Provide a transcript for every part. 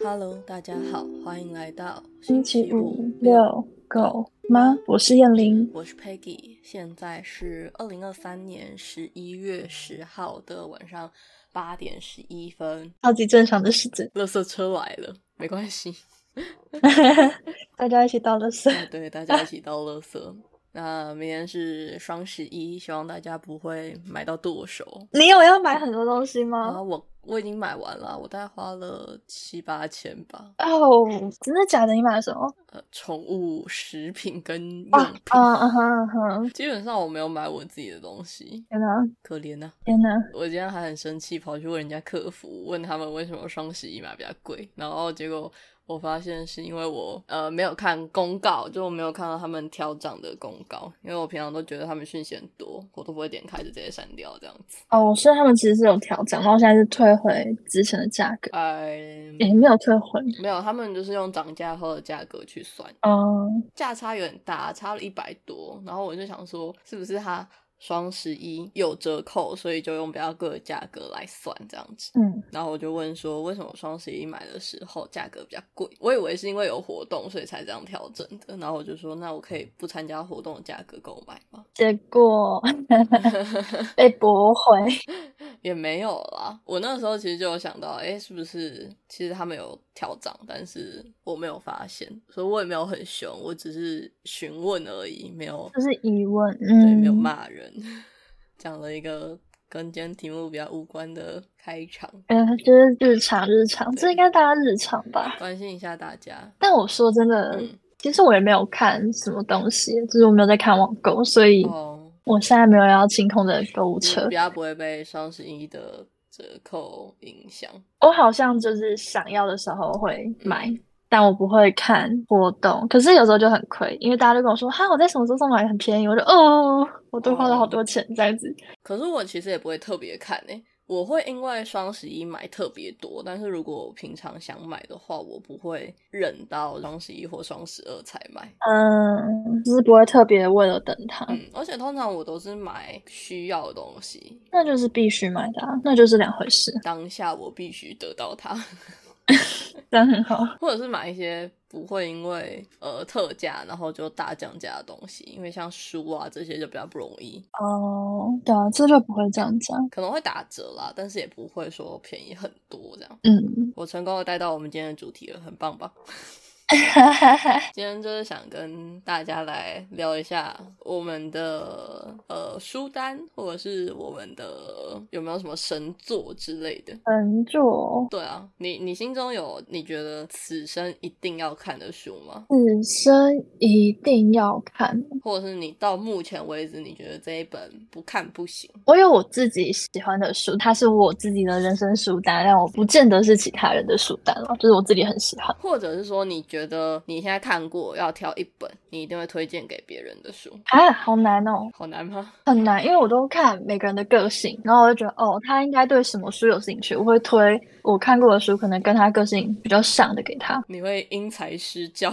Hello，大家好，欢迎来到星期五遛狗吗？我是燕玲，我是 Peggy，现在是二零二三年十一月十号的晚上八点十一分，超级正常的事情。垃圾车来了，没关 系，大家一起倒垃圾。对，大家一起倒垃圾。那明天是双十一，希望大家不会买到剁手。你有要买很多东西啊，吗？我我已经买完了，我大概花了七八千吧，哦，真的假的？你买了什么？呃，宠物食品跟用啊品，啊啊哈啊哈！基本上我没有买我自己的东西，天哪，可怜啊呐、天哪！我今天还很生气，跑去问人家客服，问他们为什么双十一买比较贵，然后结果我发现是因为我呃没有看公告，就我没有看到他们调涨的公告，因为我平常都觉得他们讯息很多，我都不会点开，就直接删掉这样子。哦，所以他们其实是有调整，然后现在是退回之前的价格，嗯、也没有退回。没有，他们就是用涨价后的价格去算，嗯，价差有点大，差了一百多。然后我就想说，是不是他双十一有折扣，所以就用比较贵的价格来算这样子？嗯，然后我就问说，为什么双十一买的时候价格比较贵？我以为是因为有活动，所以才这样调整的。然后我就说，那我可以不参加活动的价格购买吗？结 果被驳回。也没有啦。我那时候其实就有想到，哎，是不是其实他们有调涨，但是我没有发现，所以我也没有很凶，我只是询问而已，没有就是疑问对，没有嗯骂人， 讲了一个跟今天题目比较无关的开场，嗯，就是日常日常，这应该大家日常吧？关心一下大家。但我说真的，嗯其实我也没有看什么东西，就是我没有在看网购，所以哦。嗯我现在没有要清空的购物你车比。较不会被双十一的折扣影响。我好像就是想要的时候会买，嗯但我不会看活动。可是有时候就很亏，因为大家都跟我说：“哈，我在什么时候买很便宜。”我就哦，我多花了好多钱这样子。可是我其实也不会特别看诶、我会因为双十一买特别多，但是如果我平常想买的话，我不会忍到双十一或双十二才买。嗯，就是不会特别为了等它，嗯，而且通常我都是买需要的东西，那就是必须买的、啊，那就是两回事。当下我必须得到它， 这样很好。或者是买一些不会因为呃特价然后就大降价的东西，因为像书啊这些就比较不容易。哦，对啊，这就不会这样讲。可能会打折啦，但是也不会说便宜很多这样。嗯，我成功的带到我们今天的主题了，很棒吧？今天就是想跟大家来聊一下我们的呃书单，或者是我们的有没有什么神作之类的。神作，对啊，你你心中有你觉得此生一定要看的书吗？此生一定要看。或者是你到目前为止你觉得这一本不看不行？我有我自己喜欢的书，它是我自己的人生书单，但我不见得是其他人的书单了，就是我自己很喜欢。或者是说，你觉得你现在看过要挑一本，你一定会推荐给别人的书，啊，好难哦，好难吗？ 很难，因为我都看每个人的个性，然后我就觉得，哦，他应该对什么书有兴趣，我会推我看过的书，可能跟他个性比较像的给他。你会因材施教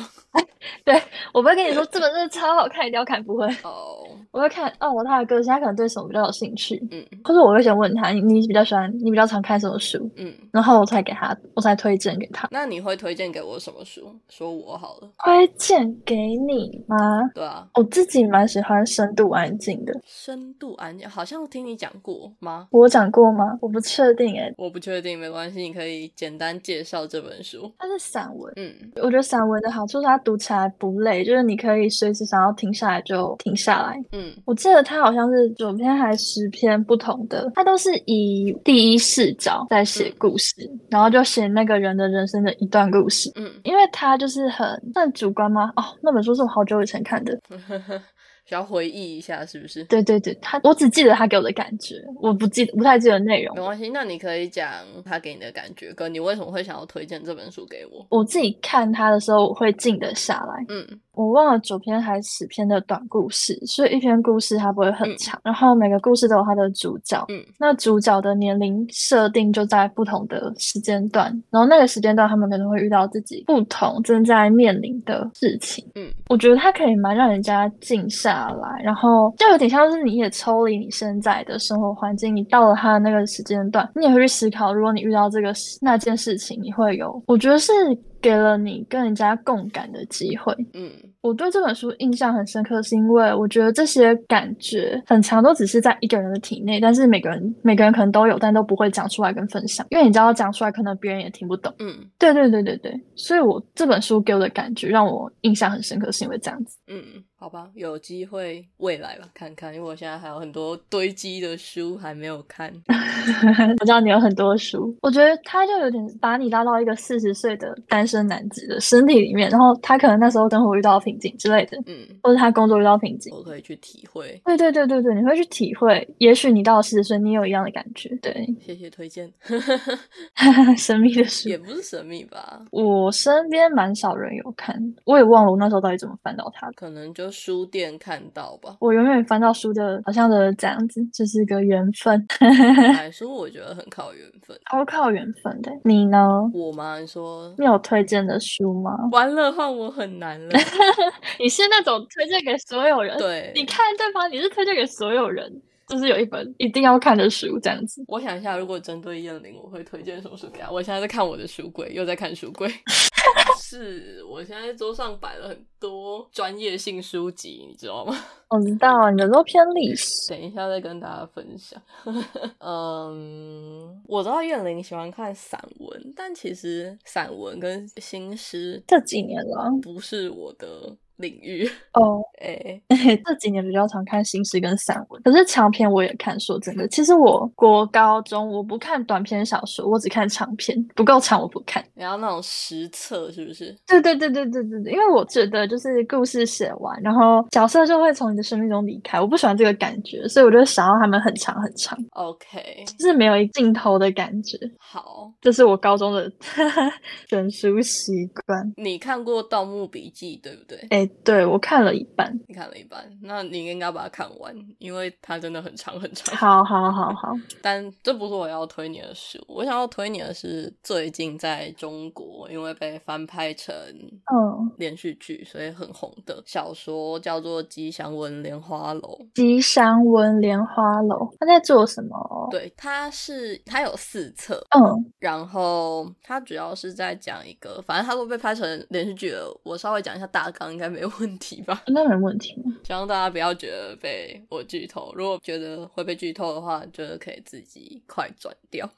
我不会跟你说这本真的超好看，一定要看，不会，哦，我会看，哦，他的个性，他可能对什么比较有兴趣，嗯或者我会先问他，你你比较喜欢，你比较常看什么书，嗯。然后我才给他，我才推荐给他。那你会推荐给我什么书？说我好了，推荐给你吗？对啊，我自己蛮喜欢深度安静的，深度安静，好像听你讲过吗？我有讲过吗？我不确定欸诶、我不确定，没关系，你可以简单介绍这本书。它是散文。嗯，我觉得散文的好处是它读起来不累，就是你可以随时想要停下来就停下来。嗯，我记得它好像是九篇还是十篇不同的，它都是以第一视角在写嗯故事，然后就写那个人的人生的一段故事。嗯， 因为它就是很算主观吗？哦，那本书是我好久以前看的，需要回忆一下，是不是？对对对，他我只记得他给我的感觉，我不记不太记得内容没。关系，那你可以讲他给你的感觉，跟你为什么会想要推荐这本书给我。我自己看他的时候，我会静得下来。嗯我忘了九篇还是十篇的短故事，所以一篇故事它不会嗯很长，然后每个故事都有它的主角。嗯，那主角的年龄设定就在不同的时间段，然后那个时间段他们可能会遇到自己不同正在面临的事情。嗯，我觉得它可以蛮让人家静下下来，然后就有点像是你也抽离你现在的生活环境，你到了他的那个时间段，你也会去思考，如果你遇到这个事那件事情，你会有，我觉得是给了你跟人家共感的机会。嗯我对这本书印象很深刻，是因为我觉得这些感觉很长都只是在一个人的体内，但是每个人每个人可能都有，但都不会讲出来跟分享，因为你知道讲出来可能别人也听不懂。嗯对对对对对，所以我这本书给我的感觉让我印象很深刻，是因为这样子。嗯，好吧，有机会未来吧，看看，因为我现在还有很多堆积的书还没有看。我知道你有很多书，我觉得他就有点把你拉到一个四十岁的单身男子的身体里面，然后他可能那时候生活遇到瓶颈之类的，嗯，或者他工作遇到瓶颈。我可以去体会。对对对对对，你会去体会，也许你到了四十岁，你也有一样的感觉。对，谢谢推荐， 神秘的书也，不是神秘吧，我身边蛮少人有看，我也忘了我那时候到底怎么翻到它的。可能就书店看到 吧。我永远翻到书的，好像的这样子，就是一个缘分，买书我觉得很靠缘分。超靠缘分的。你呢？我吗？你说你有推荐的书吗？完了，换我很难 了。你是那种推荐给所有人，对，你看对吧？你是推荐给所有人，就是有一本一定要看的书这样子。我想一下，如果针对燕玲，我会推荐什么书给她？我现在在看我的书柜，又在看书 柜。是我现在桌上摆了很多专业性书籍，你知道吗？我知道你的都偏历史，等一下再跟大家分享。 嗯，我知道燕玲喜欢看散文，但其实散文跟新诗这几年了不是我的领域。哦，哎、这几年比较常看新诗跟散文，可是长篇我也看。说真的，其实我国高中我不看短篇小说，我只看长篇，不够长我不看。你要那种实测是不是？对对对对对对对，因为我觉得就是故事写完，然后角色就会从你的生命中离开，我不喜欢这个感觉，所以我就想要他们很长很长， OK，就是没有一尽头的感觉。好，这是我高中的 选书习惯。你看过《盗墓笔记》对不对？哎，对我看了一半，你看了一半，那你应该把它看完，因为它真的很长很长。好好好好，但这不是我要推你的书，我想要推你的是最近在中国因为被翻拍成嗯，连续剧，所以很红的小说，叫做《吉祥文莲花楼》。吉祥文莲花楼，他在做什么？，哦对，它是它有四册，嗯，然后它主要是在讲一个，反正它都被拍成连续剧了。我稍微讲一下大纲，应该没问题吧？那没问题。希望大家不要觉得被我剧透，如果觉得会被剧透的话，就是可以自己快转掉。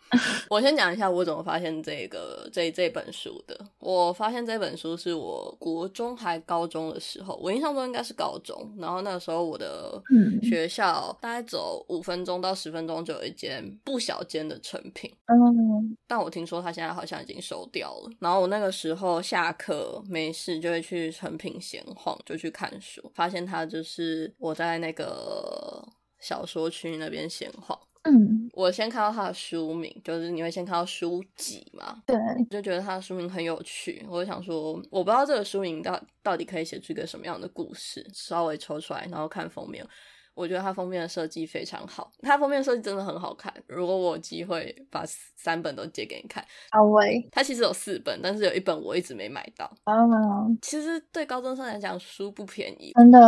我先讲一下我怎么发现这个这这本书的。我发现这本书是我国中还高中的时候，我印象中应该是高中，然后那时候我的嗯学校大概走五分钟到十分钟就有一间不小间的成品。嗯但我听说他现在好像已经收掉了。然后我那个时候下课没事就会去成品闲晃，就去看书，发现他就是我在那个小说区那边闲晃。嗯，我先看到他的书名，就是你会先看到书籍嘛，对，就觉得他的书名很有趣。我就想说，我不知道这个书名到到底可以写出一个什么样的故事，稍微抽出来，然后看封面。我觉得它封面的设计非常好，它封面设计真的很好看。如果我有机会把三本都借给你看，阿威它其实有四本，但是有一本我一直没买到。嗯啊，其实对高中生来讲，书不便宜。真的，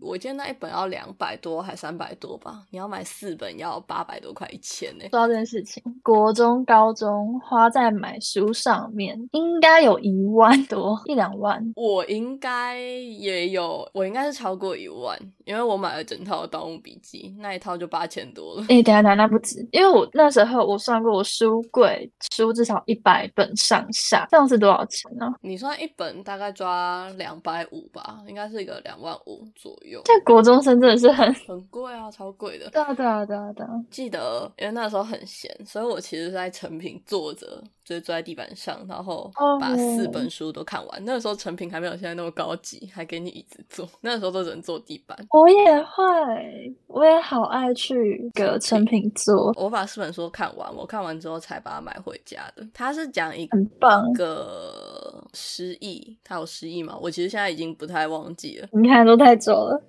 我记得那一本要两百多，还三百多吧。你要买四本要八百多块，一千呢。说到这件事情，国中、高中花在买书上面，应该有一万多，一两万。我应该也有，我应该是超过一万，因为我买了整套《盗墓笔记》，那一套就八千多了。 哎、等一下，等一下，那不止，因为我那时候我算过，我书柜书至少一百本上下，这样是多少钱啊呢、你算一本大概抓两百五吧，应该是一个两万五左右，在国中生真的是很，很贵啊，超贵的。对啊，对啊，对啊，对啊，记得，因为那时候很闲，所以我其实在成品坐着，就是坐在地板上，然后把四本书都看完。那时候成品还没有现在那么高级，还给你椅子坐，那时候都只能坐地板。我也会，我也好爱去个成品做，我把四本嗯书看完，我看完之后才把它买回家的。它是讲一很棒。个失忆，他有失忆吗？我其实现在已经不太忘记 了，你看都太久了，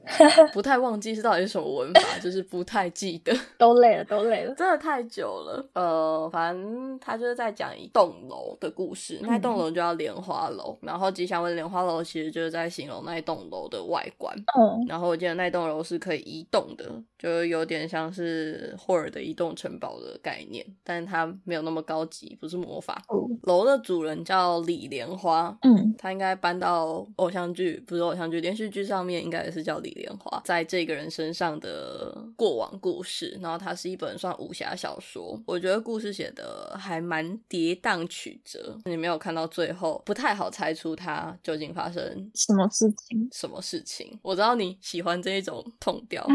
不太忘记是到底是什么文法，就是不太记得。都累了，都累了。真的太久了。呃，反正他就是在讲一栋楼的故事，那一栋楼就叫莲花楼，然后吉祥文莲花楼其实就是在形容那一栋楼的外观。嗯，然后我记得那一栋楼是可以移动的，就有点像是霍尔的移动城堡的概念，但它没有那么高级，不是魔法。哦楼的主人叫李莲花，嗯，他应该搬到偶像剧，不是偶像剧，连续剧上面应该也是叫李莲花，在这个人身上的过往故事。然后它是一本算武侠小说，我觉得故事写的还蛮跌宕曲折，你没有看到最后，不太好猜出它究竟发生什么事情？什么事情。我知道你喜欢这一种痛调，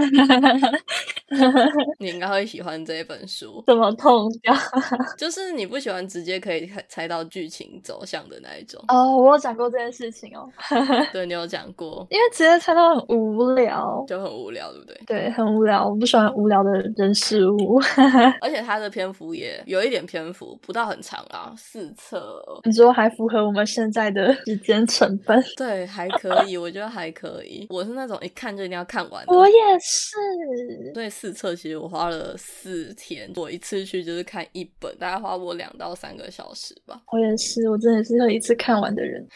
你应该会喜欢这一本书，怎么痛掉？就是你不喜欢直接可以猜到剧情走向的那一种。哦，我有讲过这件事情哦，对你有讲过，因为直接猜到很无聊。就很无聊，对不对？对，很无聊，我不喜欢无聊的人事物。 而且它的篇幅也有一点篇幅，不到很长啊，四册，你说还符合我们现在的时间成本？对，还可以，我觉得还可以。我是那种一看就一定要看完的。我也是，所以四册其实我花了四天，我一次去就是看一本，大概花我两到三个小时吧， 我也是，我真的是会一次看完的人。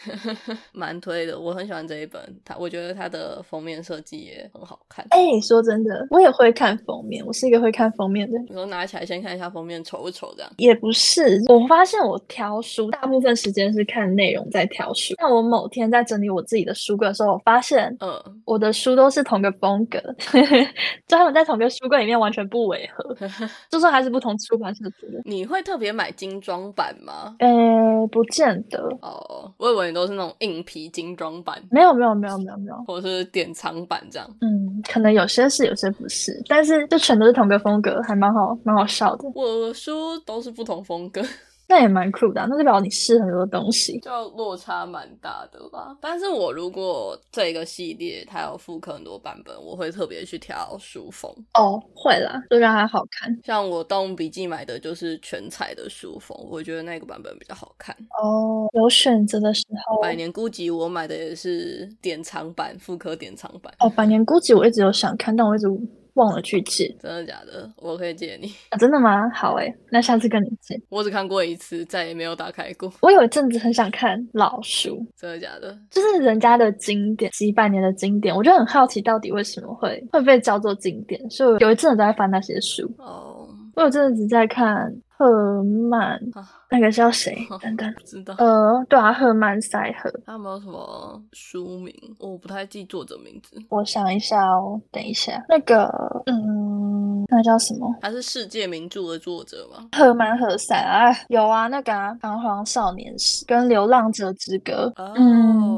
蛮推的。我很喜欢这一本，它我觉得它的封面设计也很好看。哎、说真的，我也会看封面，我是一个会看封面的人。你说拿起来先看一下封面丑不丑这样？也不是，我发现我挑书大部分时间是看内容在挑书。那我某天在整理我自己的书柜的时候，我发现嗯，我的书都是同个风格，就他们在同个书柜里面完全不违 和，就算还是不同出版社出的。你会特别买精装版吗？呃，不见得，哦，我以为你都是那种硬皮精装版没有没有没有没有没有，或者是典藏版这样。嗯，可能有些是，有些不是，但是就全都是同个风格，还蛮好，蛮好笑的，我的书都是不同风格，那也蛮酷的啊、那代表你试很多东西。 就落差蛮大的吧。但是我如果这个系列它有复刻很多版本，我会特别去挑书封。哦，会啦，就让它好看。像我《动物笔记》买的就是全彩的书封，我觉得那个版本比较好看。哦，有选择的时候。百年孤寂》我买的也是典藏版，复刻典藏版。哦，百年孤寂我一直有想看，但我一直忘了去借真的假的？我可以借你。啊！真的吗？好诶，那下次跟你借。我只看过一次，再也没有打开过。我有一阵子很想看老书，真的假的？就是人家的经典，几百年的经典，我就很好奇到底为什么会会被叫做经典，所以我有一阵子都在翻那些书。哦、我有阵子在看赫曼，啊，那个叫谁？等等， 不知道。呃，对啊，赫曼塞赫。他有没有什么书名？我不太记作者名字。我想一下哦，等一下，那个，嗯，那叫什么？他是世界名著的作者吗？赫曼·赫塞啊，有啊，那个啊，《彷徨少年时》跟《流浪者之歌》，哦、嗯，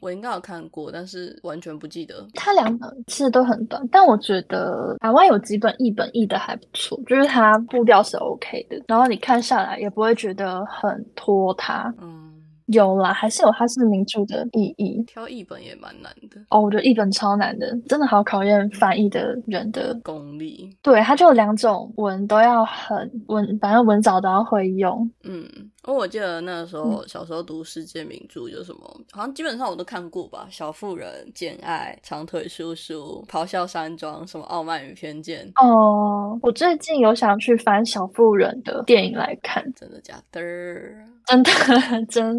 我应该有看过，但是完全不记得。它两本其实都很短，但我觉得台湾有几本译本译的还不错，就是它步调是 OK 的，然后你看下来也不会觉得很拖沓。嗯，有啦，还是有它是名著的意义。挑译本也蛮难的，哦，我觉得译本超难的，真的好考验翻译的人的功力。对，它就有两种文都要很文，反正文藻都要会用。嗯，因为我记得那个时候小时候读世界名著，有什么好像基本上我都看过吧，《小妇人》《简爱》《长腿叔叔》《咆哮山庄》什么《傲慢与偏见》。哦，我最近有想去翻《小妇人》的电影来看，真的假的？真的 真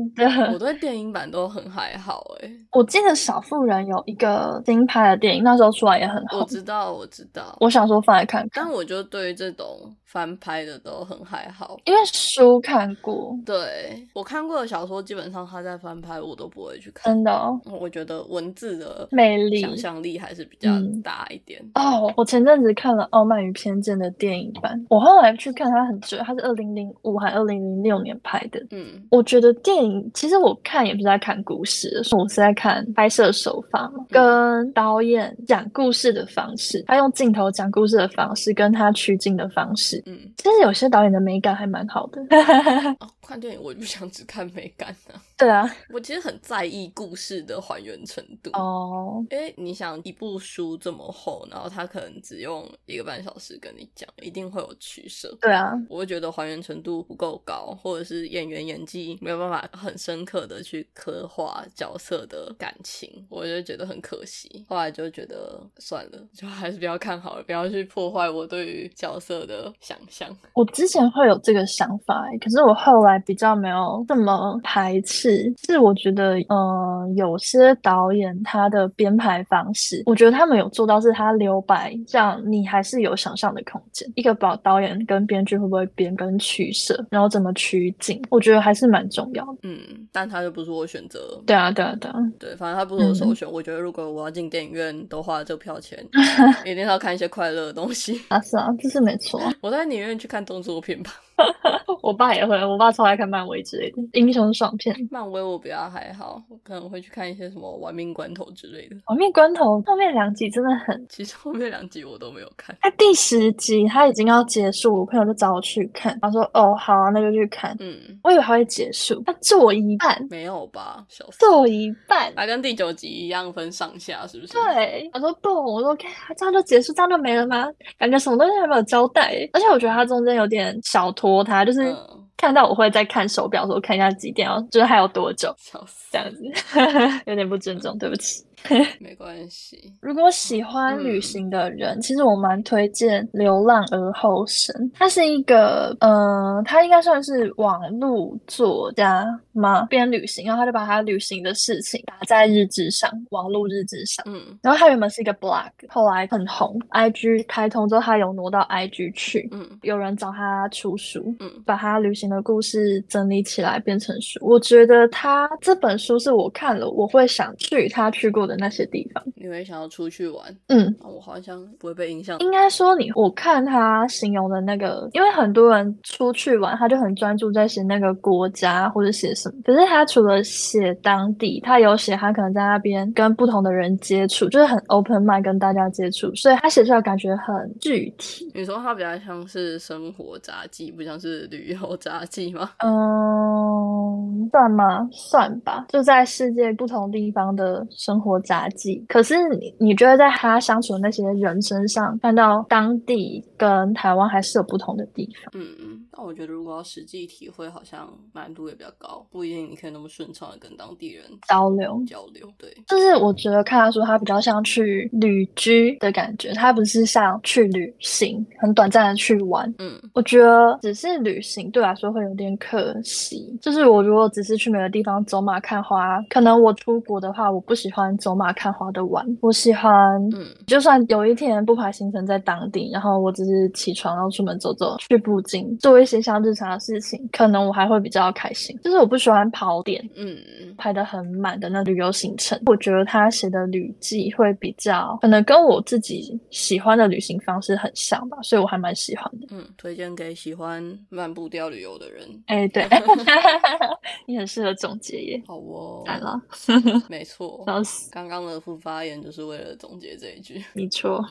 我的。对电影版都很还好欸诶、我记得《小妇人》有一个新拍的电影，那时候出来也很我好。知道，我知道，我想说翻来看看但，我就对这种翻拍的都很还好。因为书看过，对我看过的小说，基本上他在翻拍我都不会去看真。的哦我觉得文字的魅力想象力还是比较嗯大一点。哦，我前阵子看了《傲慢与偏见》的电影版，我后来去看它很久，它是二零零五还二零零六年拍的，嗯我觉得电影其实我看也不是在看故事，是我是在看拍摄手法嘛，跟导演讲故事的方式，他用镜头讲故事的方式，跟他取景的方式。嗯，其实有些导演的美感还蛮好的，哦，看电影我就不想只看美感啊。对啊，我其实很在意故事的还原程度，哦，因为你想一部书这么厚，然后他可能只用一个半小时跟你讲，一定会有取舍。对啊，我会觉得还原程度不够高，或者是演员演技没有办法很深刻的去刻画角色的感情，我就觉得很可惜。后来就觉得算了，就还是不要看好了，不要去破坏我对于角色的想象。我之前会有这个想法欸，可是我后来比较没有这么排斥。是我觉得，呃，有些导演他的编排方式，我觉得他们有做到是他留白，让你还是有想象的空间。一个导导演跟编剧会不会编跟取舍，然后怎么取景，我觉得还是蛮重要的。嗯，但他就不是我选择。对啊，对啊，对啊，对，反正他不是我首选。我觉得如果我要进电影院都花了这个票钱，一定要看一些快乐的东西。啊是啊，这是没错啊。我在宁愿去看动作片吧， 我爸也会，我爸超爱看漫威之类的英雄爽片。漫威我比较还好，我可能会去看一些什么《玩命关头》之类的。亡命关头后面两集真的很其实后面两集我都没有看。他第十集他已经要结束，我朋友就找我去看，他说：“哦，好啊，那就去看。嗯，”我以为他会结束，他做一半，没有吧？小四，做一半，它跟第九集一样分上下，是不是？，对，我说不，我说看这样就结束，这样就没了吗？感觉什么东西还没有交代，而且我觉得他中间有点小拖沓，就是嗯，看到我会在看手表，说看一下几点哦，就是还有多久小四这样子， 有点不尊重，对不起。没关系。如果喜欢旅嗯行的人，其实我蛮推荐《流浪而后生》。他是一个，呃，他应该算是网络作家嘛，边旅行，然后他就把他旅行的事情打在日志上，网络日志上。嗯然后他原本是一个 blog，后来很红，IG 开通之后，他有挪到 IG 去，嗯有人找他出书，嗯，把他旅行的故事整理起来变成书。我觉得他这本书是我看了，我会想去他去过的那些地方。你会想要出去玩？嗯，啊我好像不会被影响。应该说你，我看他形容的那个，因为很多人出去玩，他就很专注在写那个国家或者写什么。可是他除了写当地，他有写他可能在那边跟不同的人接触，就是很 open mind 跟大家接触，所以他写出来感觉很具体。你说它比较像是生活杂技，不像是旅游杂技吗？ 嗯，算吗？算吧，就在世界不同地方的生活杂技。可是你，你就会在他相处的那些人身上看到当地跟台湾还是有不同的地方。嗯嗯，但我觉得如果要实际体会，好像难度也比较高，不一定你可以那么顺畅的跟当地人交流交流。对，就是我觉得看他说他比较像去旅居的感觉，他不是像去旅行，很短暂的去玩。嗯我觉得只是旅行对我来说会有点可惜，就是我如果只是去每个地方走马看花，可能我出国的话，我不喜欢走马看花的玩，我喜欢。嗯就算有一天不排行程在当地，然后我只是起床然后出门走走，去步径，做一些像日常的事情，可能我还会比较开心。就是我不喜欢跑点，嗯，排得很满的那旅游行程，我觉得他写的旅记会比较可能跟我自己喜欢的旅行方式很像吧，所以我还蛮喜欢的。嗯，推荐给喜欢慢步调旅游的人。哎，对， 你很适合总结耶，好哦，赞了，没错。笑死，刚刚的副发言就是为了总结这一句。没错，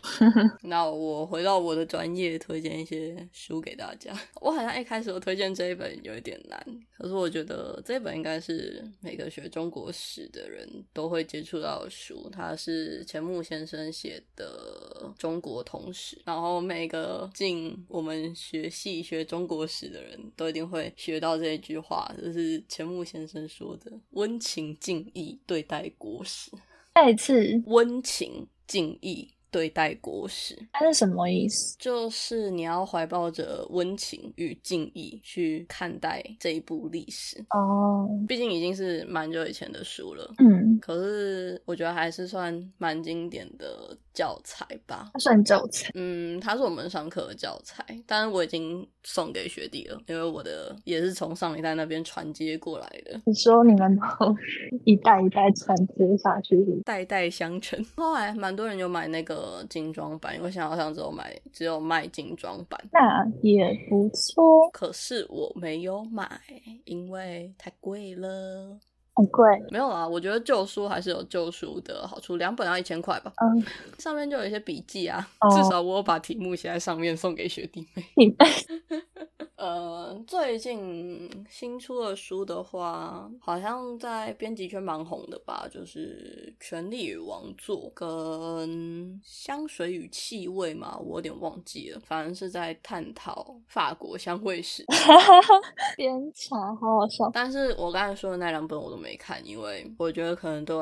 那我回到我的专业，推荐一些书给大家。 我好像一开始我推荐这一本有一点难，可是我觉得这本应该是每个学中国史的人都会接触到的书。它是钱穆先生写的《中国通史》，然后每个进我们学系学中国史的人都一定会学到这一句话，就是钱穆先生说的“温情敬意对待国史”。再一次，温情敬意对待国史，它是什么意思？就是你要怀抱着温情与敬意去看待这一部历史。哦，毕竟已经是蛮久以前的书了，嗯，可是我觉得还是算蛮经典的教材吧。它算教材，嗯，它是我们上课的教材，但是我已经送给学弟了，因为我的也是从上一代那边传接过来的。你说你们都一代一代传接下去是不是，代代相承。 后来蛮多人有买那个精装版，因为想好像只有买只有卖精装版，那也不错，可是我没有买，因为太贵了。很贵， 没有啊啦，我觉得旧书还是有旧书的好处，两本要一千块吧。嗯，上面就有一些笔记啊，哦 至少我有把题目写在上面送给学弟妹。你嗯、呃，最近新出的书的话，好像在编辑圈蛮红的吧，就是《权力与王座》跟《香水与气味》嘛，我有点忘记了，反正是在探讨法国香味史。边查，好好笑。但是我刚才说的那两本我都没看，因为我觉得可能对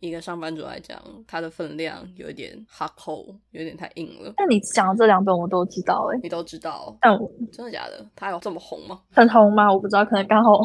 一个上班族来讲，它的分量有一点哈扣，有点太硬了。但你讲的这两本我都知道、欸，哎，你都知道，但我真的假的？它有这么红吗？很红吗？我不知道，可能刚好，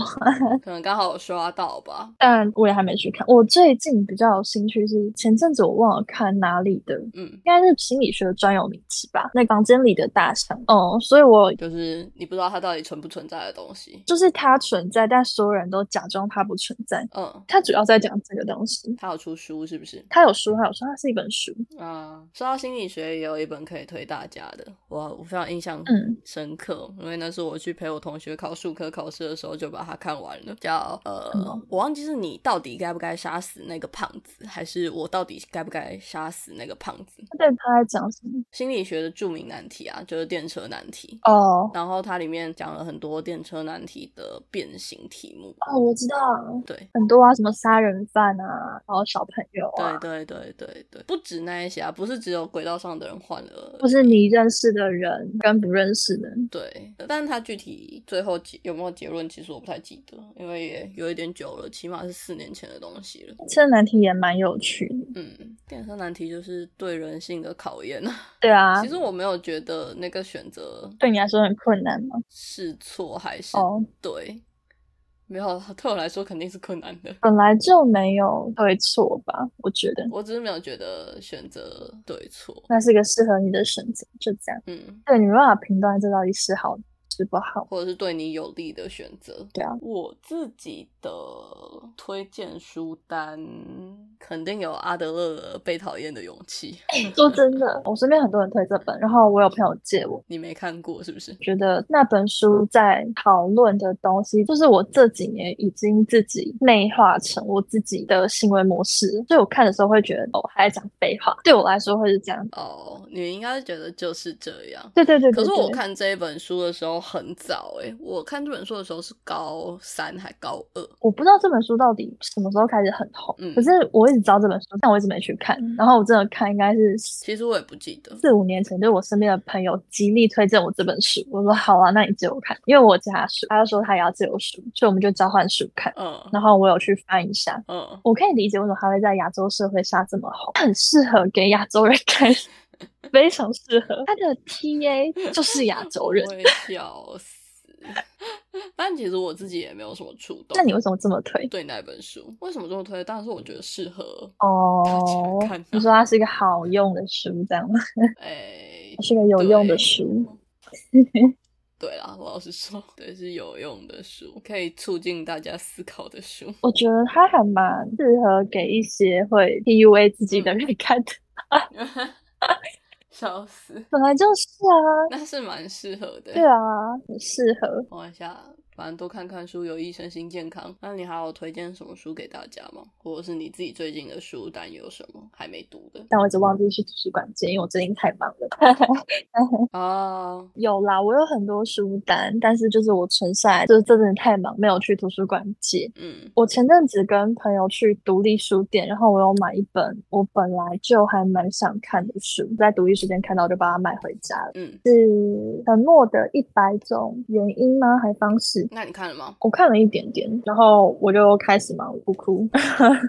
可能刚好有刷到吧。但我也还没去看。我最近比较有兴趣是前阵子我忘了看哪里的，嗯应，该是心理学专有名词吧，那房间里的大象。哦、所以我就是你不知道它到底存不存在的东西。就是它存在，但所有人都假装它不存在。嗯，它主要在讲这个东西。它有出书是不是？它有书，它有书，它是一本书。啊，说到心理学，也有一本可以推大家的，我我非常印象嗯深刻，因为那是我去陪我同学考数科考试的时候就把它看完了，叫呃，嗯我忘记是你到底该不该杀死那个胖子，还是我到底该不该杀死那个胖子？对，它在讲什么？心理学的著名难题啊，就是电车难题。哦然后它里面讲了很多电车难题的变形题目，哦，我知道对，很多啊，什么杀人犯啊，然后小朋友啊，对对对对对，不止那一些啊，不是只有轨道上的人患了或是你认识的人跟不认识的人。对，呃但是他具体最后结有没有结论，其实我不太记得，因为也有一点久了，起码是四年前的东西了。这难题也蛮有趣的，嗯，电车难题就是对人性的考验。对啊其，实我没有觉得那个选择对你来说很困难吗？是错还是哦，对，没有，对我来说肯定是困难的。本来就没有对错吧，我觉得我只是没有觉得选择对错。那是个适合你的选择，就这样。嗯，对你没办法评断这到底是好是不好。或者是对你有利的选择。对啊，我自己的推荐书单肯定有阿德勒的《被讨厌的勇气》，说真的，我身边很多人推这本，然后我有朋友借我，你没看过是不是？觉得那本书在讨论的东西，就是我这几年已经自己内化成我自己的行为模式，所以我看的时候会觉得哦，还在讲废话，对我来说会是这样。哦，你应该觉得就是这样。对对对可对是我对看这一本书的时候很早诶、我看这本书的时候是高三还高二，我不知道这本书到底什么时候开始很红，嗯可是我一直知道这本书，但我一直没去看。然后我真的看应该是四其实我也不记得。五年前，就是我身边的朋友极力推荐我这本书，我说好啊，那你借我看，因为我借他书，他就说他也要借我书，所以我们就交换书看。嗯然后我有去翻一下，嗯，我可以理解为什么他会在亚洲社会下这么红，很适合给亚洲人看， 非常适合。他的 TA 就是亚洲人 我，会笑死。 但其实我自己也没有什么触动。那你为什么这么推？对那本书为什么这么推？当然是我觉得适合哦看到，你说它是一个好用的书，这样吗？哎、是个有用的对书。对啦，我老实说，对，是有用的书，可以促进大家思考的书。 我觉得它还蛮适合给一些会 PUA 自己的人看的，笑死，本来就是啊，那是蛮适合的。对，啊，很适合。我一下，反正多看看书有益身心健康。那你还有推荐什么书给大家吗？或者是你自己最近的书单有什么还没读的？但我一直忘记去图书馆借，因为我最近太忙了。嗯哦，有啦，我有很多书单，但是就是我存下来，就是真的太忙，没有去图书馆借。嗯我前阵子跟朋友去独立书店，然后我有买一本我本来就还蛮想看的书，在独立书店看到就把它买回家了。嗯，是沉默的一百种原因吗？还方式？那你看了吗？我看了一点点，然后我就开始忙不哭。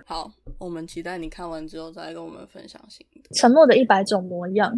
好，我们期待你看完之后再来跟我们分享心得。沉默的一百种模样。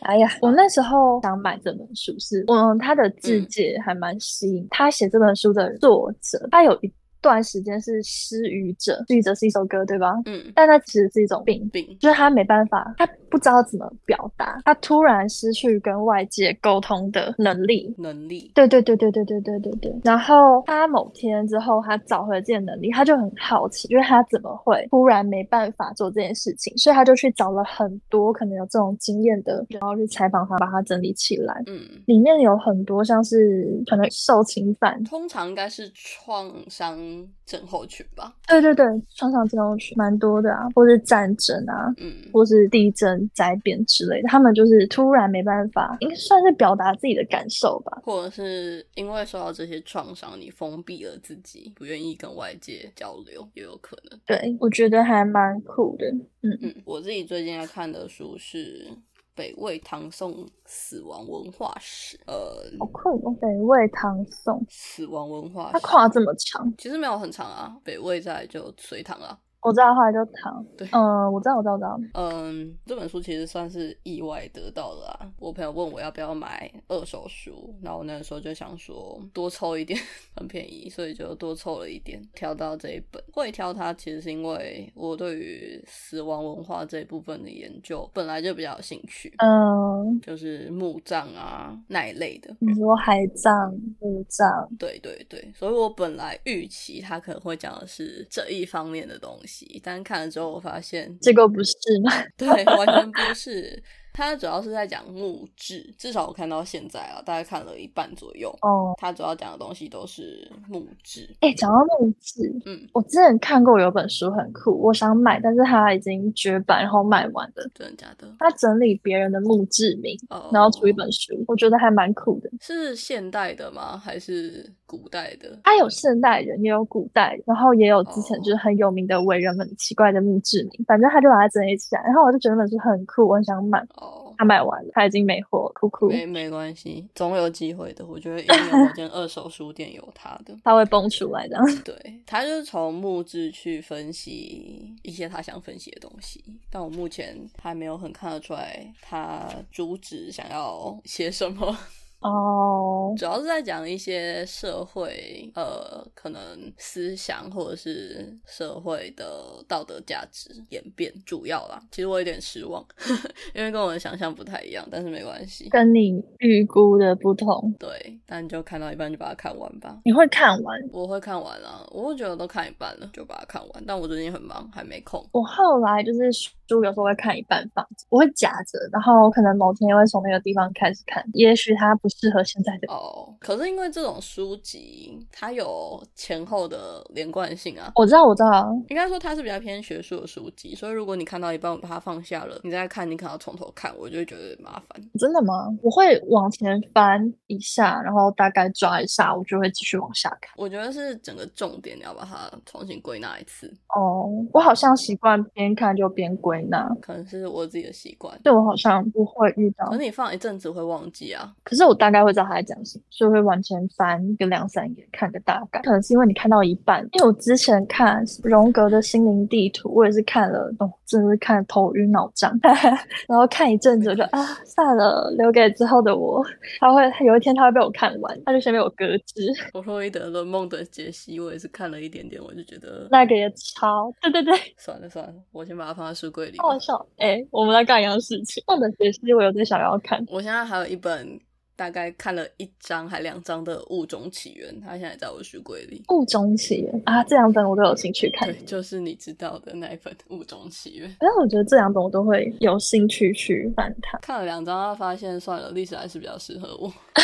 哎呀，我那时候想买这本书是，嗯，他的字嗯界还蛮吸引。他写这本书的作者，他有一段时间是失语者，失语者是一首歌，对吧？ 嗯，但他其实是一种病，病，就是他没办法，他不知道怎么表达，他突然失去跟外界沟通的能力。能力，对对对对对对对对对。然后他某天之后，他找回了这些能力，他就很好奇，就是他怎么会突然没办法做这件事情，所以他就去找了很多可能有这种经验的人，然后去采访他，把他整理起来。嗯。里面有很多像是可能受侵犯，通常应该是创伤伤症候群吧。对对对，创伤症候群蛮多的啊，或是战争啊，嗯，或是地震、灾变之类的，他们就是突然没办法，应该算是表达自己的感受吧。或者是因为受到这些创伤，你封闭了自己，不愿意跟外界交流，也有可能。对，我觉得还蛮酷的。嗯，嗯，我自己最近在看的书是《北魏唐宋死亡文化史》，呃，好酷哦！北魏唐宋，死亡文化它史跨这么长，其实没有很长啊，北魏再来就隋唐啊。我知道后来就唐。对嗯、我知道，我知道，我知道。嗯，这本书其实算是意外得到的啊。我朋友问我要不要买二手书，然后我那个时候就想说多凑一点， 很便宜，所以就多凑了一点，挑到这一本。会挑它其实是因为我对于死亡文化这一部分的研究本来就比较有兴趣，嗯，就是墓葬啊那一类的。你说海葬、墓葬，对对对，所以我本来预期他可能会讲的是这一方面的东西，但看了之后我发现结果不是吗？ 对，完全不是。它主要是在讲木质，至少我看到现在啊，大概看了一半左右。哦，它主要讲的东西都是木质，哎、讲到墓志，嗯，我之前看过有本书很酷，我想买，但是它已经绝版，然后卖完了。真的假的？它整理别人的墓志铭，哦然后出一本书，我觉得还蛮酷的。是现代的吗？还是古代的？它有现代人，也有古代，然后也有之前哦就是很有名的伟人们奇怪的墓志铭，反正他就把它整理起来，然后我就觉得那本书很酷，我很想买，哦，他买完了，他已经没货了，酷酷，没没关系，总有机会的。我觉得一定有某间二手书店有它的。他会蹦出来这样。对，他就是从木质去分析一些他想分析的东西，但我目前还没有很看得出来他主旨想要写什么。哦，主要是在讲一些社会呃，可能思想或者是社会的道德价值演变，主要啦。其实我有点失望， 因为跟我的想象不太一样，但是没关系。跟你预估的不同，对，但就看到一半就把它看完吧。你会看完。我会看完啊，我会觉得都看一半了，就把它看完。但我最近很忙，还没空。我后来就是书有时候会看一半放着，我会夹着，然后可能某天会从那个地方开始看，也许它不适合现在的。哦，可是因为这种书籍，它有前后的连贯性啊。我知道，我知道，应该说它是比较偏学术的书籍，所以如果你看到一半把它放下了，你再看，你可能要从头看，我就会觉得麻烦。真的吗？我会往前翻一下，然后大概抓一下，我就会继续往下看。我觉得是整个重点你要把它重新归纳一次，哦，我好像习惯边看就边归纳，可能是我自己的习惯。对我好像不会遇到可，是你放一阵子会忘记啊，可是我大概会知道他在讲什么，所以会往前翻个两三页，看个大概。可能是因为你看到一半，因为我之前看荣格的心灵地图，我也是看了，哦，真的是看得头晕脑胀， 然后看一阵子我就啊算了，留给之后的我。他会有一天他会被我看完，他就先被我搁置。 弗洛伊德《论梦的解析》，我也是看了一点点，我就觉得那个也超，对对对，算了算了，我先把它放在书柜里吧。好笑。哎、我们在干一样事情。我的学期我有点想要看，我现在还有一本大概看了一章还两章的《物种起源》，它现在在我书柜里。物种起源啊，这两本我都有兴趣看。对，就是你知道的那一本《物种起源》。但我觉得这两本我都会有兴趣去翻它。看了两章，发现算了，历史还是比较适合我。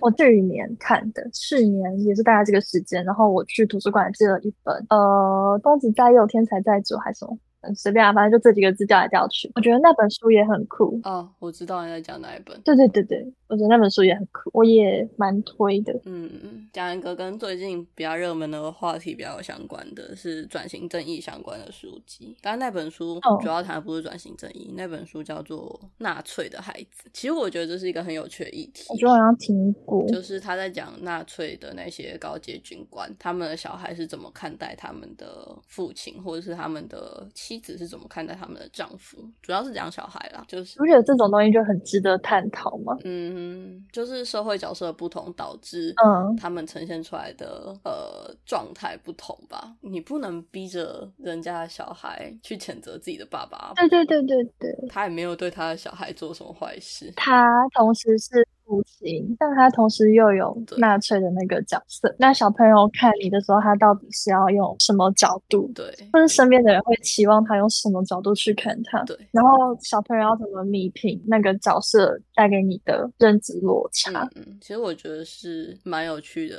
我去年看的，去年也是大概这个时间，然后我去图书馆借了一本，呃，东子在右，天才在左，还是什么，嗯随便啊，反正就这几个字调来调去。我觉得那本书也很酷，哦，我知道你在讲哪一本。对对对对，我觉得那本书也很酷，我也蛮推的。嗯，讲一个跟最近比较热门的话题比较有相关的是转型正义相关的书籍，但那本书哦主要谈的不是转型正义，那本书叫做《纳粹的孩子》。其实我觉得这是一个很有趣的议题。我觉得好像听过，就是他在讲纳粹的那些高阶军官，他们的小孩是怎么看待他们的父亲，或者是他们的妻子是怎么看待他们的丈夫，主要是讲小孩啦，就是我觉得这种东西就很值得探讨嘛。嗯，就是社会角色的不同导致。嗯，他们呈现出来的呃状态不同吧，你不能逼着人家的小孩去谴责自己的爸爸，对对对对对，他也没有对他的小孩做什么坏事，他同时是父父亲，但他同时又有纳粹的那个角色。那小朋友看你的时候，他到底是要用什么角度？对，或者身边的人会期望他用什么角度去看他？对，然后小朋友要怎么弥平那个角色带给你的认知落差？嗯嗯，其实我觉得是蛮有趣的，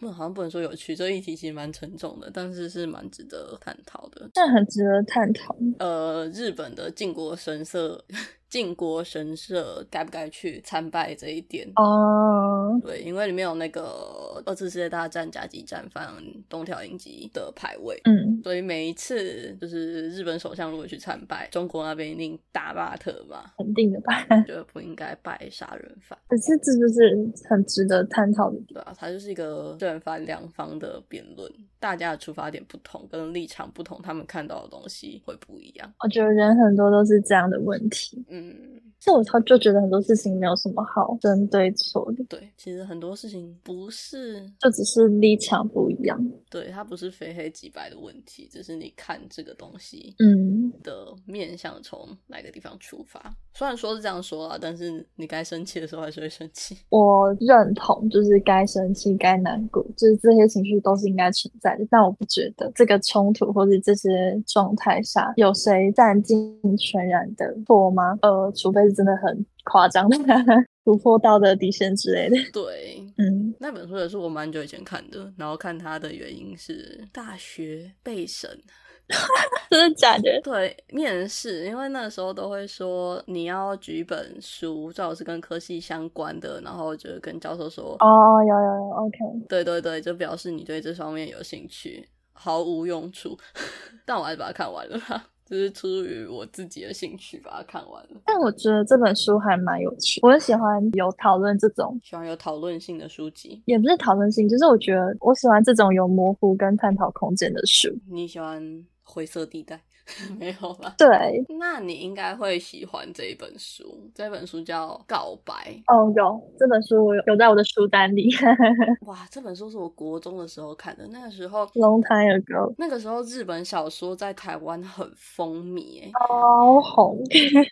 不好像不能说有趣，这一题其实蛮沉重的，但是是蛮值得探讨的。这很值得探讨。呃，日本的靖国神社， 靖国神社该不该去参拜这一点？哦，对，因为里面有那个二次世界大战甲级战犯东条英机的牌位，嗯，所以每一次就是日本首相如果去参拜，中国那边一定大骂特骂，肯定的吧？觉得不应该拜杀人犯，可是这就是很值得探讨的地对啊，它就是一个正反两方的辩论，大家的出发点不同，跟立场不同，他们看到的东西会不一样。方。我觉得人很多都是这样的问题。嗯，这我他就觉得很多事情没有什么好争对错的，对，其实很多事情不是就只是立场不一样。对，它不是非黑即白的问题，只是你看这个东西嗯，的面向从哪个地方出发。虽然说是这样说啊，但是你该生气的时候还是会生气。 我认同，就是该生气、该难过，就是这些情绪都是应该存在的。但我不觉得这个冲突或者这些状态下，有谁占尽全然的错吗？呃，除非是真的很夸张的 突破道德底线之类的。对，嗯，那本书也是我蛮久以前看的，然后看它的原因是大学备审，真的假的？对，面试，因为那时候都会说你要举一本书，最好是跟科系相关的，然后就跟教授说，哦，有有有，OK，对对对，就表示你对这方面有兴趣，毫无用处， 但我还是把它看完了啦。 就是出于我自己的兴趣把它看完了，但我觉得这本书还蛮有趣，我很喜欢有讨论这种喜欢有讨论性的书籍。也不是讨论性，就是我觉得我喜欢这种有模糊跟探讨空间的书。你喜欢灰色地带？ 没有啦。对，那你应该会喜欢这一本书，这本书叫《告白》。哦，有这本书我有有在我的书单里哇，这本书是我国中的时候看的，那个时候，Long time ago，那个时候日本小说在台湾很风靡、欸，超红。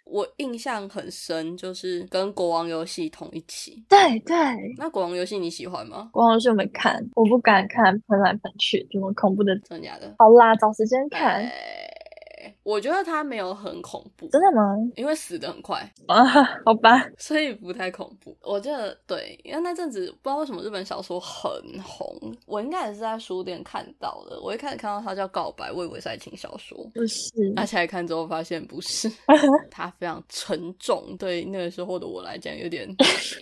我印象很深，就是跟《国王游戏》同一期。对对，那《国王游戏》你喜欢吗？光是没看，我不敢看，喷来喷去，这么恐怖的。真的假的？好啦，找时间看。哎我觉得它没有很恐怖，真的吗？因为死的很快，啊，好吧，所以不太恐怖。我记得对，因为那阵子不知道为什么日本小说很红，我应该也是在书店看到的。我一开始看到它叫《告白》，我以为是爱情小说。不是，拿起来看之后，发现不 是，它非常沉重，对那个时候的我来讲，有点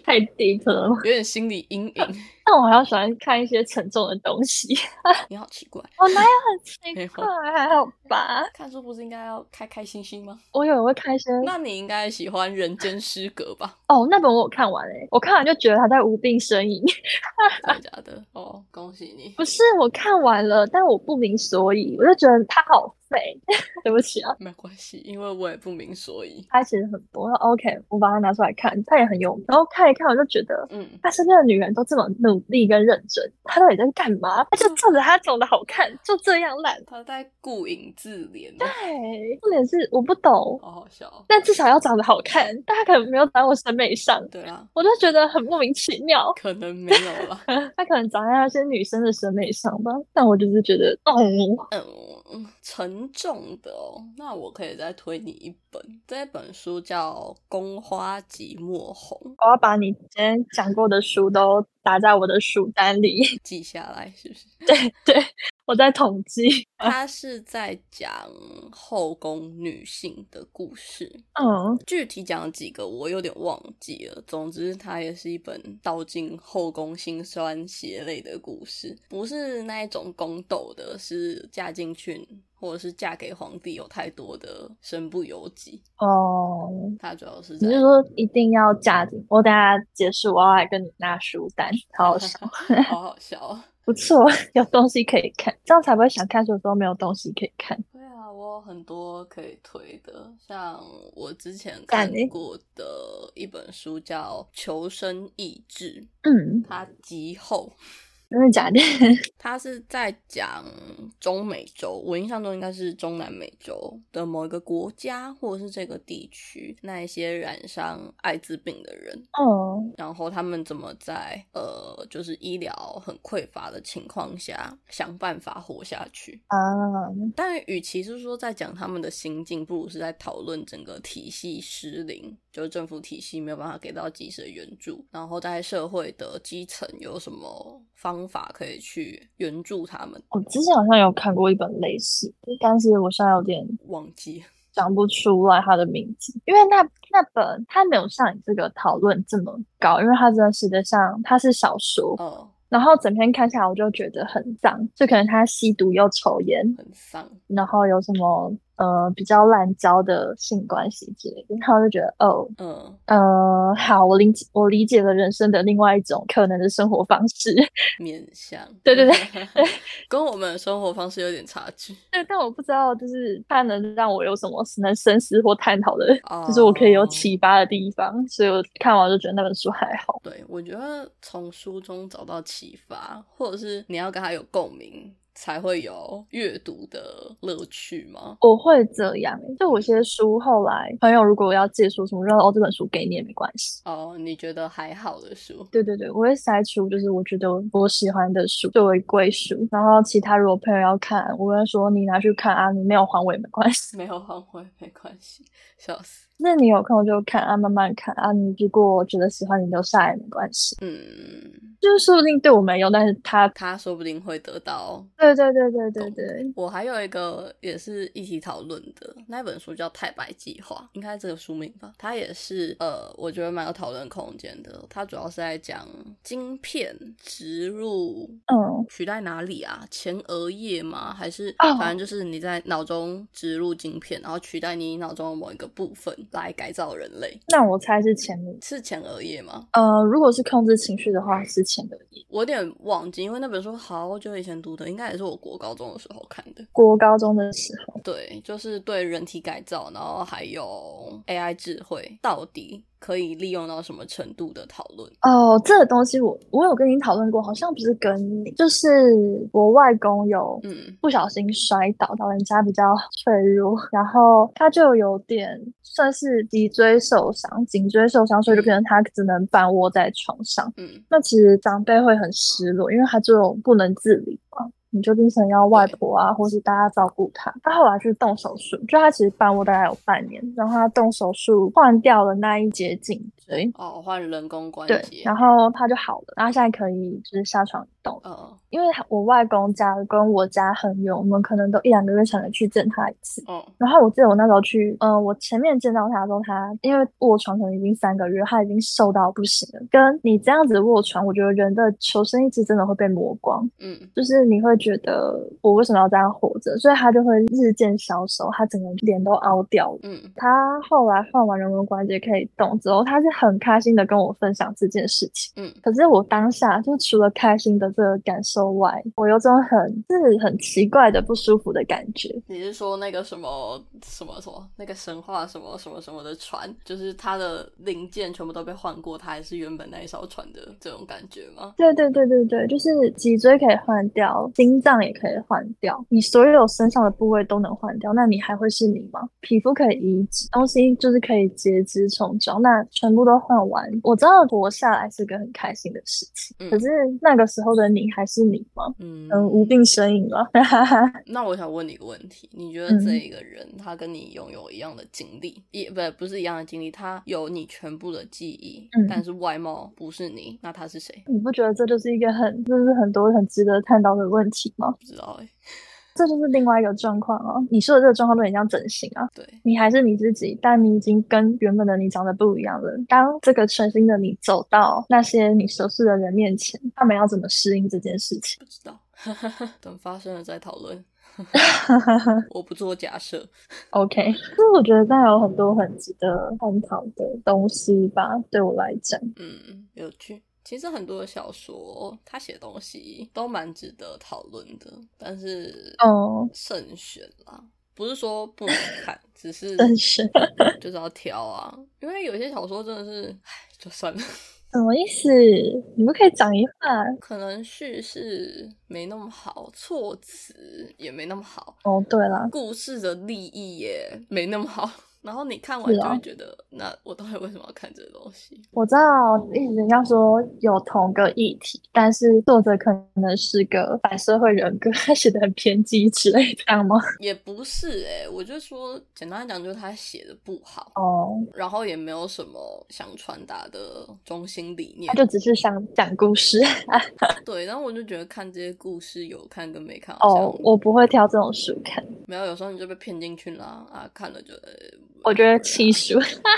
太 deep 了吗。有点心理阴影。但我好喜欢看一些沉重的东西，哦你好奇怪，我哪有很奇没有怪？啊还好吧，看书不是应该要开开心心吗？我有会看一些那你应该喜欢《人间失格》吧？哦，那本我有看完诶、我看完就觉得他在无病呻吟。真的假的？ 哦，恭喜你！不是我看完了，但我不明所以，我就觉得他好废。 对不起啊，没关系，因为我也不明所以。他其实很多。我说 OK，我把它拿出来看，他也很有名。然后看一看，我就觉得嗯，他身边的女人都这么努力跟认真，他到底在干嘛？他就冲着他长得好看，就这样烂。他在顾影自怜，对，重点是我不懂，好好笑哦。但至少要长得好看，但他可能没有长在我审美上，对啦，我就觉得很莫名其妙。可能没有啦。他可能长在那些女生的审美上吧，但我就是觉得，哦， 嗯，沉重的哦。那我可以再推你一本，这本书叫《宫花寂寞红我要把你今天讲过的书都打在我的书单里。》， 记下来是不 是？对，我在统计。它是在讲后宫女性的故事，嗯，具体讲了几个我有点忘记了。总之，它也是一本道尽后宫辛酸血泪的故事，不是那一种宫斗的，是嫁进去或者是嫁给皇帝有太多的身不由己。哦，它主要是在你是说一定要嫁进？我等下结束，我要来跟你拿书单，好好笑，好好笑哦。不错， 有东西可以看，这样才不会想看书的时候没有东西可以看。 对啊，我有很多可以推的，像我之前赞看欸过的一本书叫《求生意志》，嗯，它极厚，真的假的？ 他是在讲中美洲，我印象中应该是中南美洲的某一个国家或者是这个地区那一些染上艾滋病的人，哦，然后他们怎么在呃就是医疗很匮乏的情况下想办法活下去。啊，但与其是说在讲他们的心境，不如是在讨论整个体系失灵，就是政府体系没有办法给到及时的援助，然后在社会的基层有什么方法可以去援助他们，我之前好像有看过一本类似的，但是我现在有点忘记。想不出来它的名字，因为那那本它没有像你这个讨论这么高，因为它真的实际上它是小说，哦，然后整篇看下来我就觉得很脏，就可能他吸毒又抽烟，很丧。然后有什么呃比较滥交的性关系之类的，然后我就觉得哦。嗯，呃，好，我理解，我理解了人生的另外一种可能的生活方式， 面相。对对对， 跟我们的生活方式有点差距。但但我不知道，就是它能让我有什么能深思或探讨的哦 就是我可以有启发的地方，所以我看完就觉得那本书还好。对，我觉得从书中找到启发，或者是你要跟他有共鸣，才会有阅读的乐趣嘛。我会这样，欸就有些书后来朋友如果要借书什么，我就说哦这本书给你也没关系。哦，你觉得还好的书，对对对，我会筛出就是我觉得我喜欢的书作为归属，然后其他如果朋友要看，我会说你拿去看啊，你没有还我也没关系。 没有反悔没关系，笑死。那你有空就看啊，慢慢看啊，你如果觉得喜欢你留下来也没关系，嗯，就是说不定对我没用，但是他他说不定会得到。对对对对对懂对，我还有一个也是一起讨论的那本书叫《太白计划》，应该是这个书名吧。它也是呃，我觉得蛮有讨论空间的。它主要是在讲晶片植入嗯，取代哪里啊？前额叶吗？还是哦反正就是你在脑中植入晶片，然后取代你脑中的某一个部分来改造人类，那我猜是前额，是前额叶吗？呃，如果是控制情绪的话是前额叶。我有点忘记，因为那本书好久以前读的，应该也是我国高中的时候看的。国高中的时候，对，就是对人体改造，然后还有 AI 智慧到底可以利用到什么程度的讨论。哦，这个东西我我有跟你讨论过，好像不是跟你，就是我外公有嗯，不小心摔倒，老人家比较脆弱，然后他就有点算是脊椎受伤，颈椎受伤，所以就变成他只能半卧在床上。嗯，那其实长辈会很失落，因为他这种不能自理嘛，你就变成要外婆啊，或是大家照顾他。他后来去动手术，就他其实半卧大概有半年，然后他动手术换掉了那一节颈椎，哦，换人工关对，节然。后他就好了，然后现在可以就是下床动了。哦因为我外公家跟我家很远，我们可能都一两个月才能去见他一次。哦，然后我记得我那时候去，嗯、我前面见到他的时候，他因为卧床可能已经三个月，他已经瘦到不行了。跟你这样子卧床，我觉得人的求生意志真的会被磨光，嗯，就是你会觉得我为什么要这样活着？所以他就会日渐消瘦，他整个脸都凹掉了。嗯，他后来换完人工关节可以动之后，他是很开心的跟我分享这件事情。嗯可是我当下就除了开心的这个感受外，我有种很就是很奇怪的不舒服的感觉。你是说那个什么什么什么那个神话什么什么什么的船，就是它的零件全部都被换过，它还是原本那一艘船的这种感觉吗？对对对对对，就是脊椎可以换掉，心脏也可以换掉，你所有身上的部位都能换掉，那你还会是你吗？皮肤可以移植，东西就是可以截肢重装，那全部都换完，我知道活下来是个很开心的事情，嗯可是那个时候的你还是你吗？嗯嗯，无病呻吟了，哈哈哈。那我想问你一个问题，你觉得嗯这一个人他跟你拥有一样的经历，也不不是一样的经历，他有你全部的记忆，嗯但是外貌不是你，那他是谁？ 你不觉得这就是一个很，就是很多很值得探讨的问题吗？不知道哎、这就是另外一个状况哦。你说的这个状况都很像整形啊，对，你还是你自己，但你已经跟原本的你长得不一样了。当这个全新的你走到那些你熟悉的人面前，他们要怎么适应这件事情不？知道，等发生了再讨论。 我不做假设， OK，就是我觉得那有很多很值得探讨的东西吧，对我来讲。嗯，有趣。其实很多的小说，他写的东西都蛮值得讨论的，但是哦，慎选啦，不是说不能看，只是真是就是要挑啊，因为有些小说真的是，唉，就算了。什么意思？你们可以讲一下可能叙事没那么好，措辞也没那么好，哦。对啦，故事的立意也没那么好。 然后你看完是就啊会觉得，那我到底为什么要看这个东西？我知道一直要说有同个议题，但是作者可能是个反社会人格，他写的很偏激之类的，这样吗？也不是诶、我就说简单来讲，就是他写的不好，哦，然后也没有什么想传达的中心理念他。就只是想讲故事。对，然后我就觉得看这些故事有看跟没看好像 哦，我不会挑这种书看，没有，有时候你就被骗进去啦啊，看了就呃我觉得 whatever 啊弃书。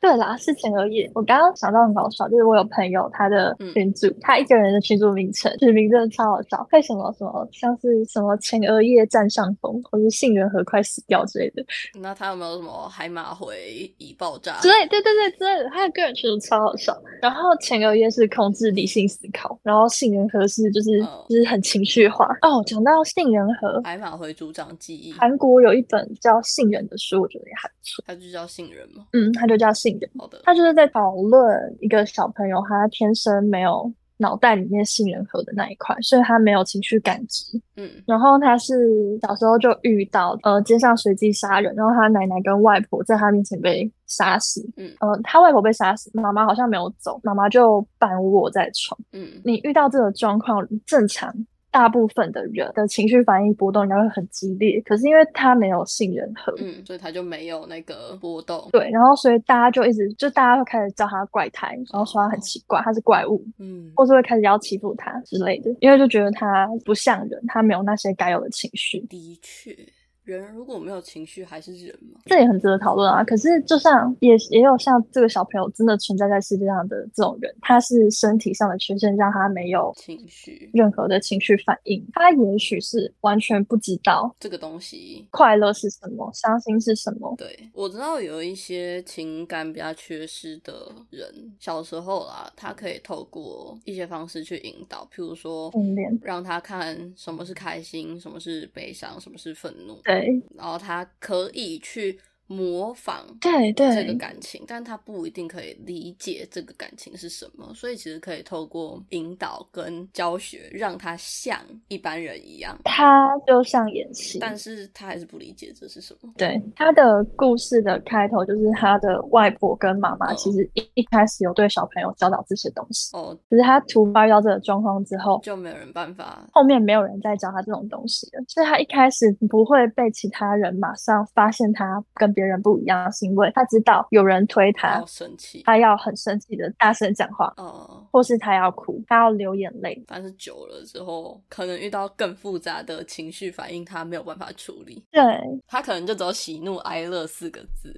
对啦，事情而已。我刚刚想到很搞笑，就是我有朋友他的嗯群组，他一个人的群组名称取名真的超好笑，为什么什么像是什么前额叶占上风，或是杏仁核快死掉之类的，那他有没有什么海马回已爆炸之？类，对对对之类的，他的个人群组超好笑。然后前额叶是控制理性思考，然后杏仁核是就是、哦就是很情绪化。哦，讲到杏仁核，海马回主掌记忆，韩国有一本叫《杏仁》的书，我觉得也还不错。它就叫杏仁嘛。嗯，它就叫《杏仁》，好的，它就是在讨论一个小朋友他天生没有脑袋里面杏仁核的那一块，所以他没有情绪感知。嗯，然后他是小时候就遇到呃街上随机杀人，然后他奶奶跟外婆在他面前被杀死。嗯呃，他外婆被杀死，妈妈好像没有走，妈妈就半卧在床。嗯，你遇到这个状况，正常大部分的人的情绪反应波动应该会很激烈，可是因为他没有杏仁核。嗯，所以他就没有那个波动。对，然后所以大家就一直就大家会开始叫他怪胎，然后说他很奇怪，他是怪物，嗯或是会开始要欺负他之类的，因为就觉得他不像人，他没有那些该有的情绪。的确，人如果没有情绪还是人嘛。这也很值得讨论啊。可是，就像也也有像这个小朋友真的存在在世界上的这种人，他是身体上的缺陷让他没有情绪任何的情绪反应，他也许是完全不知道这个东西，快乐是什么，伤心是什么。对我知道有一些情感比较缺失的人，小时候啦，他可以透过一些方式去引导，譬如说训练让他看什么是开心，什么是悲伤，什么是愤怒，对然后他可以去模仿对这个对，感情，但他不一定可以理解这个感情是什么，所以其实可以透过引导跟教学，让他像一般人一样，他就像演戏，但是他还是不理解这是什么。对，他的故事的开头就是他的外婆跟妈妈，其实一一开始有对小朋友教导这些东西，哦，可是他突发遇到这个状况之后，就没有人办法后面没有人再教他这种东西了，所以他一开始不会被其他人马上发现他跟别人不一样，是因为他知道有人推他要，生气。他要很生气的大声讲话，哦，或是他要哭，他要流眼泪。但是久了之后，可能遇到更复杂的情绪反应，他没有办法处理，对他可能就只有喜怒哀乐四个字。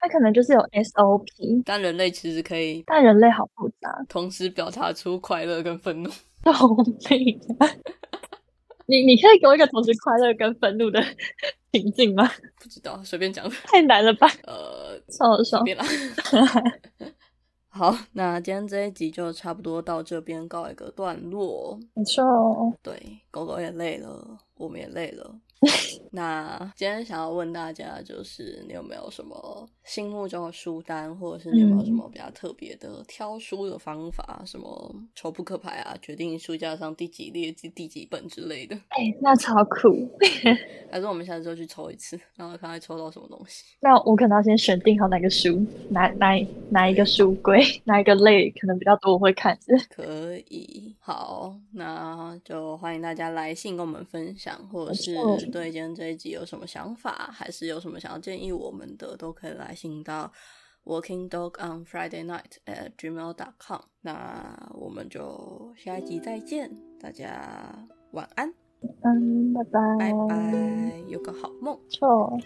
他可能就是有 SOP，但人类其实可以但人类好复杂，同时表达出快乐跟愤怒。 救命啊！ 你你可以给我一个同时快乐跟愤怒的 情境吗？不知道，随便讲的。太难了吧，呃，算了算随了，便啦。 好，那今天这一集就差不多到这边告一个段落。没错哦，对，狗狗也累了，我们也累了。那今天想要问大家，就是你有没有什么心目中的书单，或者是你有没有什么比较特别的挑书的方法？什么抽扑克牌啊，决定书架上第几列、第第几本之类的？哎、那超酷。还是我们下次就去抽一次，然后看会抽到什么东西？那我可能要先选定好哪个书，哪哪一哪一个书柜， 哪一个类可能比较多我会看 的。可以，好，那就欢迎大家来信跟我们分享，或者是没错对今天这一集有什么想法，还是有什么想要建议我们的，都可以来信到 Working Dog on Friday Night at gmail.com。那我们就下一集再见，大家晚安，嗯，拜拜，拜拜，有个好梦。错。